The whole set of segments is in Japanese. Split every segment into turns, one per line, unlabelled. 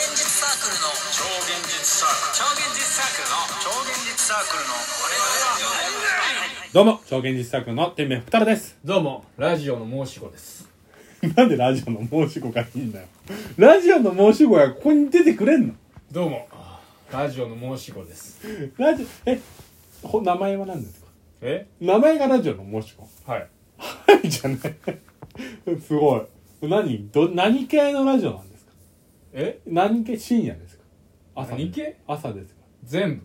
クルの
超現実サーク
超現実サークルの
ル超現実サークルの
どうも、超現実作の天命ふたらです。
どうもラジオの申し子です
なんでラジオの申し子がいいんだよ。ラジオの申し子がここに出てくれんの
どうもラジオの申し子です
ラジオ、え、ほ名前は何ですか
え
名前がラジオの申し子。
はい
はい、じゃない。 すごい。何、ど、何系のラジオなんですか
え
何系、深夜ですか朝
何系
朝ですか
全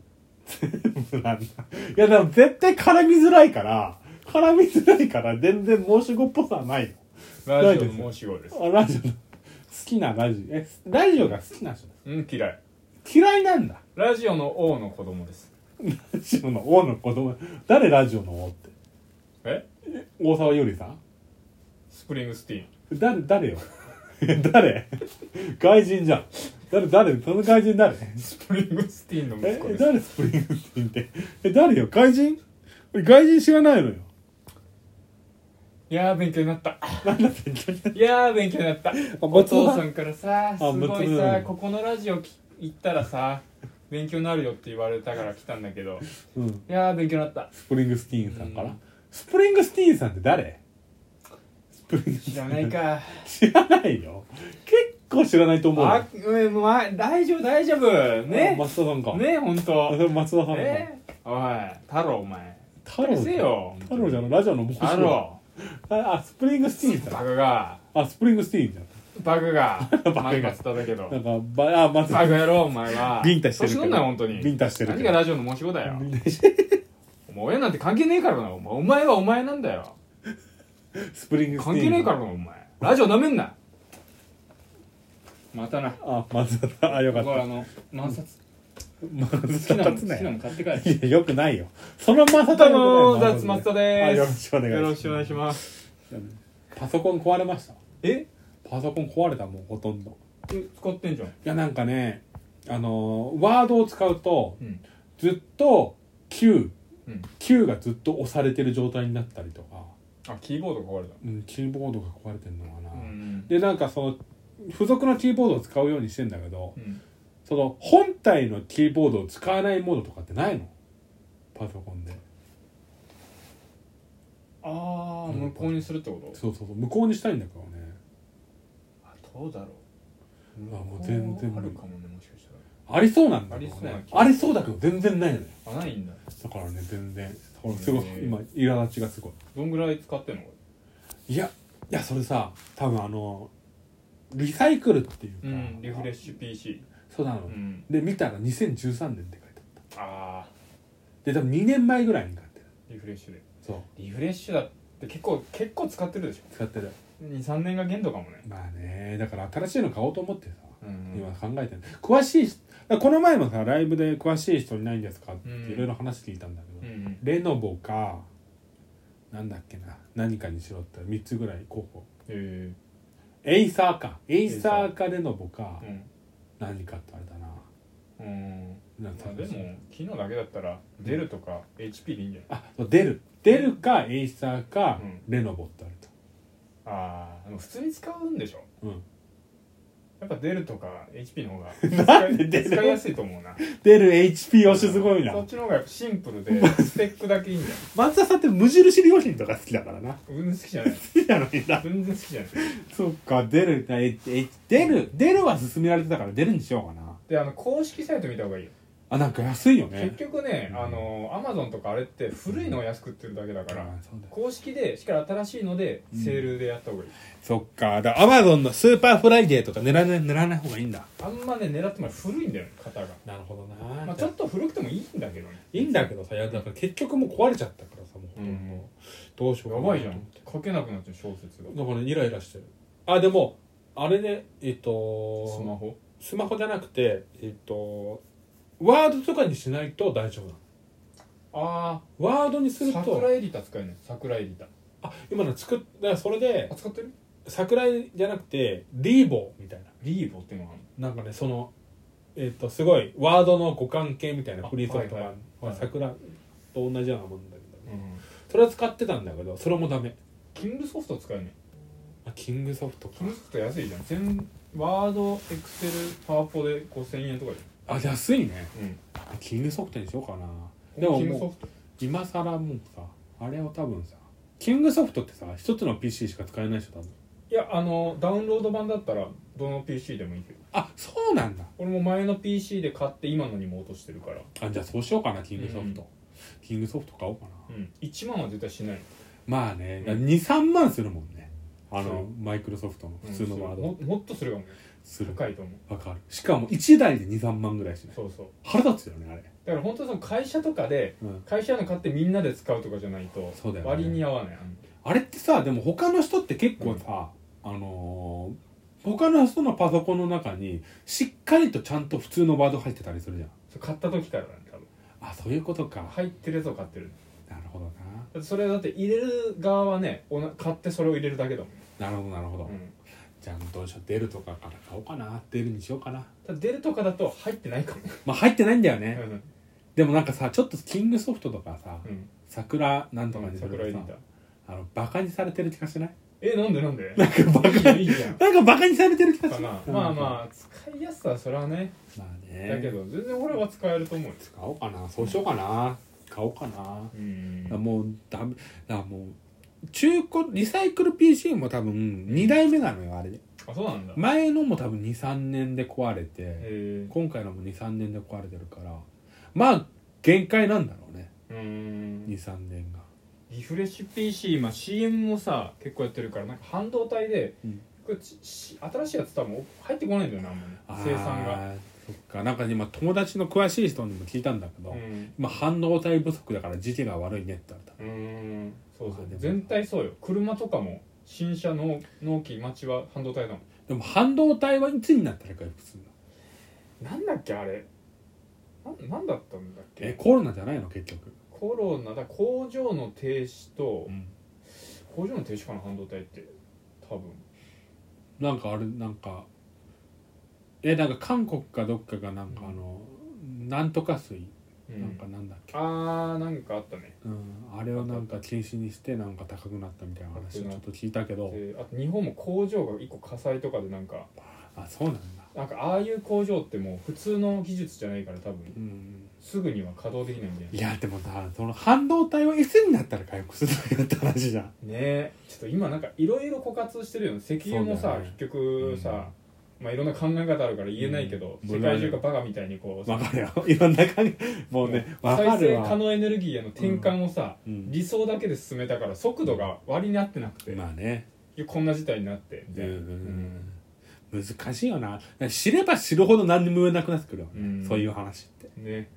部
なんだいや、でも絶対絡みづらいから、絡みづらいから全然申し子っぽさはないの。
ラジオの申し子です
あラジオの、好きなラジオ、え、ラジオが好きな人
うん嫌い
嫌いなんだ。
ラジオの王の子供です
ラジオの王の子供誰ラジオの王って
え
大沢よりさん
スプリングスティーン
誰誰よ 誰外人じゃん誰誰その外人誰
スプリングスティーンの息子
え
です
誰スプリングスティーンってえ誰よ外人俺外人知らないのよ
いやー勉強になったいやー勉強になったお
松田
父さんからさすご
松
い
田
さここのラジオき行ったらさ勉強になるよって言われたから来たんだけど
うん
いやー勉強になった
スプリングスティーンさんか
う
ら
ん
スプリングスティーンさんって誰スプリング
知らないか
知らないよ結構知らないと思うよ
あうんもうあ大丈夫大丈夫ね
あ松田さんか
ねえほん
あ
と
それ松田さんか
えおい太郎お前
太郎
せよ
太郎じゃんラジオの面白い
太郎
ああスプリングスティーンさん
バカが
あ、スプリングスティーンじゃん。
バカが
カが
マイカスタだけど
なんか、ば、あ、まず、
バカ野郎お前は
ビンタしてるけど
年取んなよ本当に
ビンタしてるけ
何
ど
がラジオの申し子だよもう親なんて関係ねえからなお前お前はお前なんだよ
スプリングスティー
関
ン。
係ねえからなお前ラジオなめんなまたな
あ、まず、あ、よかっ
僕はあ
た。
の万冊
まず、
好きな
二
の好
つ
きな
ね。
の買って帰る
いや、よくないよ。そのまさ
ど
た
うも雑松田
あ、
で
よろし
す
くお願いします。
よろしくお願いします
パソコン壊れました。
え
パソコン壊れた、もうほとんど。
え使ってんじゃん
いや、なんかね、あのー、ワードを使うと、
うん
ずっと、Q、
うん、
Q がずっと押されてる状態になったりとか、
あキーボード壊れた
うん、キーボードが壊れてんのかな。
うん
で、なんかその、付属のキーボードを使うようにしてんだけど、
うん
その本体のキーボードを使わないモードとかってないのパソコンで
ああ無効にするってこと
そうそうそう無効にしたいんだからね
あどうだろう
あもう全然無
無効あ
理
るかもねもしかした
ありそうなんだけど
ありそうな
ね
気が
ありそうだけど全然ないのよ
らあないんだ
だからね全然ほらすごい
へー
今苛立ちがすごい
どんぐらい使ってんのこ
いやいやそれさ多分あのリサイクルっていうか、
れリフレッシュ PC
そうなの、
うん
で見たら2013年って書いてあっ
ああ
たで多分2年前ぐらいに買ってる
リフレッシュで
そう
リフレッシュだって結構結構使ってるでしょ
使ってる
23年が限度かもね
まあねだから新しいの買おうと思ってさ
うん
今考えてる詳しい人だからこの前もさライブで詳しい人いないんですかって
うん
いろいろ話聞いたんだ
う
けど、
ん
レノボかなんだっけな何かにしろって3つぐらい候補
え
エイサーかエイサーかレノボか
えうん
何かってあれだな
うん
なんか
まあでも機能だけだったらデルとか HP でいいんじゃない
あそう出る出るかエイサーか
うん
レノボってあると
ああでも普通に使うんでしょ
うん
やっぱデルとか HP の方が
なんで出る
使いやすいと思うな
出る HP 推しすごいな
そっちの方がシンプル でスペックだけいいんだよ
松田さんって無印良品とか好きだからな
全然好きじゃ ない
好きなのにな
全然好きじゃない
そっか出るええ出る出るは勧められてたから出るにしようかな
であの公式サイト見た方がいいよ
あなんか安いよね
結局ねあのアマゾンとかあれって古いのを安く売ってるだけだから
あそうだ
公式でしっかり新しいのでセールでやった方がいい
そっかだアマゾンのスーパーフライデーとか狙わない狙わない方がいいんだ
あんまね狙っても古いんだよね型が
なるほどな、
まあちょっと古くてもいいんだけどね
いいんだけどさいやだから結局もう壊れちゃったからさもうほとんど、
うん
どうしよう
や
かな
ばいじゃん書けなくなっちゃう小説が
だから、ね、イライラしてるあでもあれねえっ
ス
と
マホ
スマホじゃなくてえっとワードとかにしないと大丈夫なの
あ
ワードにす
あ
る
桜
と
エリタ使えない桜エリタ
あ今の作っだからそれで
あ使ってる
桜井じゃなくてリーボーみたいな
リーボっていうのがある
なんかねそのえっ、とすごいワードの互換系みたいなフリーソフト
あ
が
はいはい
まあ
はい
桜と同じようなもんだけど
のうん
それは使ってたんだけどそれもダメ
キングソフト使えない
ああキングソフトか
キングソフト安いじゃん全ワードエクセルパワポで5000円とかで
あ安いね
うん
キングソフトにしようかなでも
キング
も
ソ
う
フト
今更もうさあれを多分さキングソフトってさ一つの PC しか使えないでしょ多分
いやあのダウンロード版だったらどの PC でもいいけど
あそうなんだ
俺も前の PC で買って今のにも落としてるから
あじゃあそうしようかなキングソフト、キングソフト買おうかな
うん1万は絶対しない
まあね、
うん
23万するもんねあ
そ
の
う
マイクロソフトの普通のワー
うん
ド
そうももっとするかもね
する
高いと思う
わかるしかも1台で23万ぐらいしない
そうそう
腹立つよねあれ、
だから本当その会社とかで
うん、
会社の買ってみんなで使うとかじゃないと
そうだよね
割に合わない
あれってさでも他の人って結構さ、あのー他の人のパソコンの中にしっかりとちゃんと普通のワード入ってたりするじゃん
そう買った時からだね多分
あそういうことか
入ってるやつを買ってる
なるほど
だってそれだって入れる側はねおな買ってそれを入れるだけだもん、
ななるほどなるほど、
うん、
じゃあどうしようデルとかから買おうかなデルにしようかな
ただ出るとかだと入ってないかも
まあ入ってないんだよ
う
ね、
ん
でもなんかさちょっとキングソフトとかさ、
うん
桜なんとかにする
桜
と
エデ
さ
ィター
あのバカにされてる気がしない
えなんでなんで
なんかバカ
いいいいじゃん
なんかバカにされてる気が
か
しな
ないまあまあ使いやすさはそれはね
あまあね
だけど全然俺は使えると思うよ
使おうかなそうしようかな買おうかな、
うん
だもうダメだもう中古リサイクル PC も多分2代目なのよあれで
あそうなんだへ
前のも多分23年で壊れて
え
今回のも23年で壊れてるからまあ限界なんだろうね
うん
23年が
リフレッシュ PC 今 CM もさ結構やってるからなんか半導体で、
うん
これちし新しいやつ多分入ってこないんだよなあんまね生産が、
あーそっかなんか今友達の詳しい人にも聞いたんだけど、
うん
今半導体不足だから時期が悪いねって言われた
うんそう
あ
そう
でも
全体そうよ車とかも新車の納期待ちは半導体だもん
でも半導体はいつになったら回復するの
なんだっけあれなんなんだったんだっ
え
け
コロナじゃないの結局、
コロナだ工場の停止と
うん
工場の停止かな半導体って多分
なんかあれなんかえなんか韓国かどっかがなんか
うん
あの、なんとか水
う
なん
ん
かなんだっけ、
あーなんかあったね
うん、あれをなんか禁止にしてなんか高くなったみたいな話を
高く
ち
な
ょ
っ
っと聞いたけど
であと日本も工場が一個火災とかでなんか
あそうなんだ
なんかああいう工場ってもう普通の技術じゃないから多分
うん
すぐには稼働できないんだよね
いやでもさその半導体はいつになったら回復するのよって話じゃん
ねえちょっと今なんかいろいろ枯渇してるよね石油も
そうだ
さ、
よね
結局さ、まあいろんな考え方あるから言えないけど、
うん
世界中がバカみたいにこう
わかるよいろんな感じもうねわかる
再生可
わ、
能エネルギーへの転換をさ、
うん、
理想だけで進めたから速度が割に合ってなくて、
まあね
こんな事態になってみ
う
たいな、
ん難しいよなだから知れば知るほど何にも言えなくなってくるよ、ね
うん
そういう話って
ね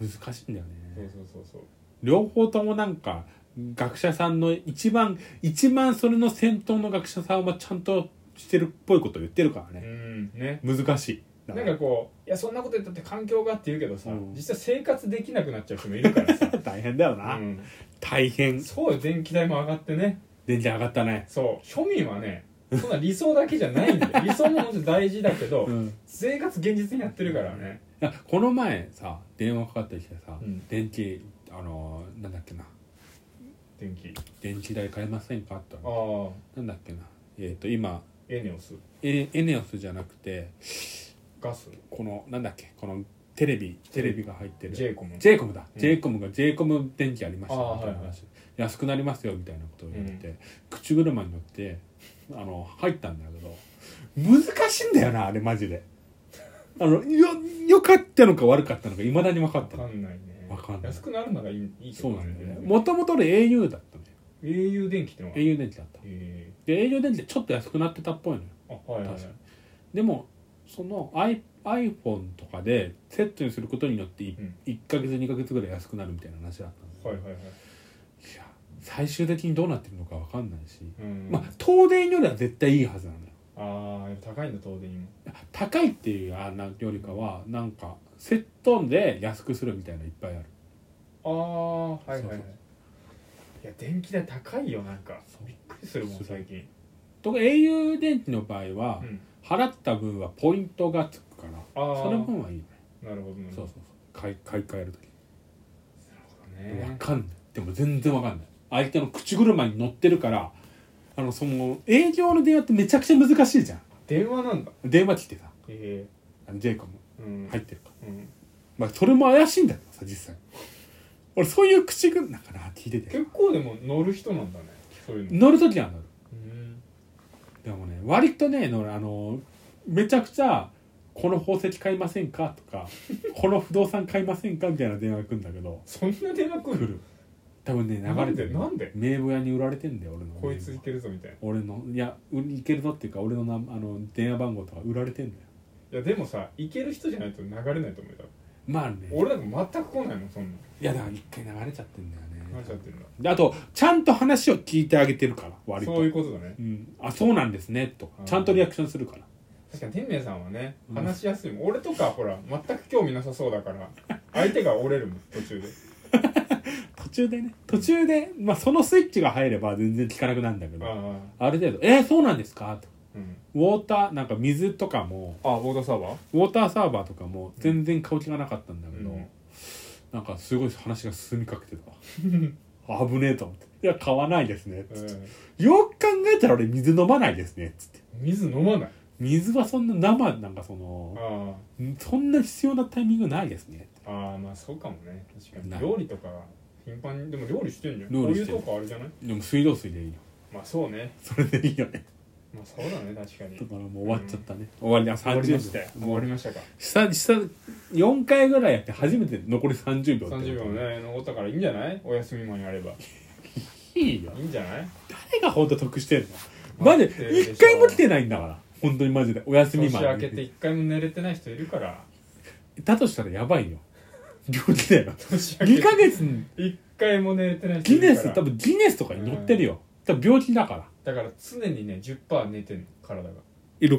難しいんだよ
そう
ね
そうそう
両方ともなんか学者さんの一番一番それの先頭の学者さんはちゃんとしてるっぽいことを言ってるから
そうう
ね、
んね
難しいだ
な
ら
んかこういやそんなこと言ったって環境がって言うけどさ、
うん
実際生活できなくなっちゃう人もいるか らさ、
大変だよな、
うん、
大変
そうよ電気代も上がってね
電気上がったね
そう庶民はねそんな理想だけじゃないん だよ理想ももちろん大事だけど、
うん
生活現実にやってるからね、
いやこの前さ電話かかってきてさ、
うん
電気あのーなんだっけな
電気
電気代買えませんかって言
あ
わ
あ
れてなんだっけなえっ、と今
エネオス
エエネオスじゃなくて
ガス
このなんだっけこのテレビテレビが入ってる
ジェイコム
j イコムだ、
うん
j イコムが j イコム電気ありました
あー
みたいな話、
はいはい
安くなりますよみたいなことを言って、口車に乗ってあの入ったんだけど難しいんだよなあれマジであのよ良かったのか悪かったのかいまだに分かっ
わ
た
か
の
んないね
わかんない
安くなるならいいいいけ
そ
ど
うなんだよねもともと俺 au だったのよ
au 電気ってのはえ
au 電気だった
え
で au 電気でちょっと安くなってたっぽいのよ
あはいはいはい
確かでもその i iPhone とかでセットにすることによってい
うん
1ヶ月2ヶ月ぐらい安くなるみたいな話だったんで、
はいはいはい
いや最終的にどうなってるのか分かんないし、
うん、
まあ東電よりは絶対いいはずなのよ
あー、あ高いんだ東電も
高いっていうあなよりかはなんかセットで安くするみたいなのいっぱいある
ああはいはい
そうそうそ
はい
う
いや電気代高いよなんか
そう
びっくりするもん最近
とか au 電気の場合は
うん
払った分はポイントがつくから
ああ
その分はいいよね
なるほどなる
そ
ほ
うそうそう買い買い替える時
どね
わかんないでも全然わかんない相手の口車に乗ってるからあのその営業の電話ってめちゃくちゃ難しいじゃん
電話なんだ
電話来てさ
え
あのジェイコム
えうん
入ってるか
うん
まあそれも怪しいんだけどさ実際俺そういう口ぐなんかな聞いてて
結構でも乗る人なんだねそういうの
乗る時は乗る
うん
でもね割とね乗るあのめちゃくちゃ「この宝石買いませんか?」とか「この不動産買いませんか?」みたいな電話が来るんだけど
そんな電話来
来
る
る多分ね流れてる
なんでなんで
名簿屋に売られてんだよ俺の
こいついけるぞみたいない
俺のいやういけるぞっていうか俺のなあの電話番号とか売られてんだよ
やでもさいける人じゃないと流れないと思うよ多分
まあね
俺なんか全く来ないもんそんなん
いやだから一回流れちゃってんだよね
流れちゃってるな
であとちゃんと話を聞いてあげてるから割と
そういうことだね
うん、あそうなんですねとか
あー
ちゃんとリアクションするから
確かに天明さんはね
うん
話しやすいもん、俺とかほら全く興味なさそうだから相手が折れるもん途中で
途中でね途中で、まあ、そのスイッチが入れば全然聞かなくなるんだけ
あ
どあ
あ
る程度「えーそうなんですか?」と
うん
ウォーターなんか水とかも
あボードサーバー
ウォーターサーバーとかも全然買う気がなかったんだけど、
うん
なんかすごい話が進みかけてた わ危ねえと思って「いや買わないですね」つって
う
よく考えたら俺水飲まないですね」つって
ん水飲まない
水はそんな生なんかその
あ
そんな必要なタイミングないですね
あああまあそうかもね確か
な
に料理とか頻繁にでも料理してんじゃん
料
こ
理
う
し
い
て
う
る
とこあれじゃない
でも水道水でいいよ
まあそうね
それでいいよね
まあそうだね確かに
だからもう終わっちゃったね、終わりあ
終わりまし
30
た
秒
よ終わりましたか
下下4回ぐらいやって初めて残り30秒って
30秒ね残ったからいいんじゃないお休みもやればい
いいよ
いんじゃない
誰が本当得してんのマジ
待ってるでしょ
1回も来てないんだから本当にマジでお休み
年
ま
明
で
けて一回も寝れてない人いるから
だとしたらやばいよ病気だ よ
年明け
2ヶ月に
一回も寝れてない人い
ギ
るから
ネス多分ギネスとかに載ってるよ多分病気だから
だから常にね10%寝てんの体が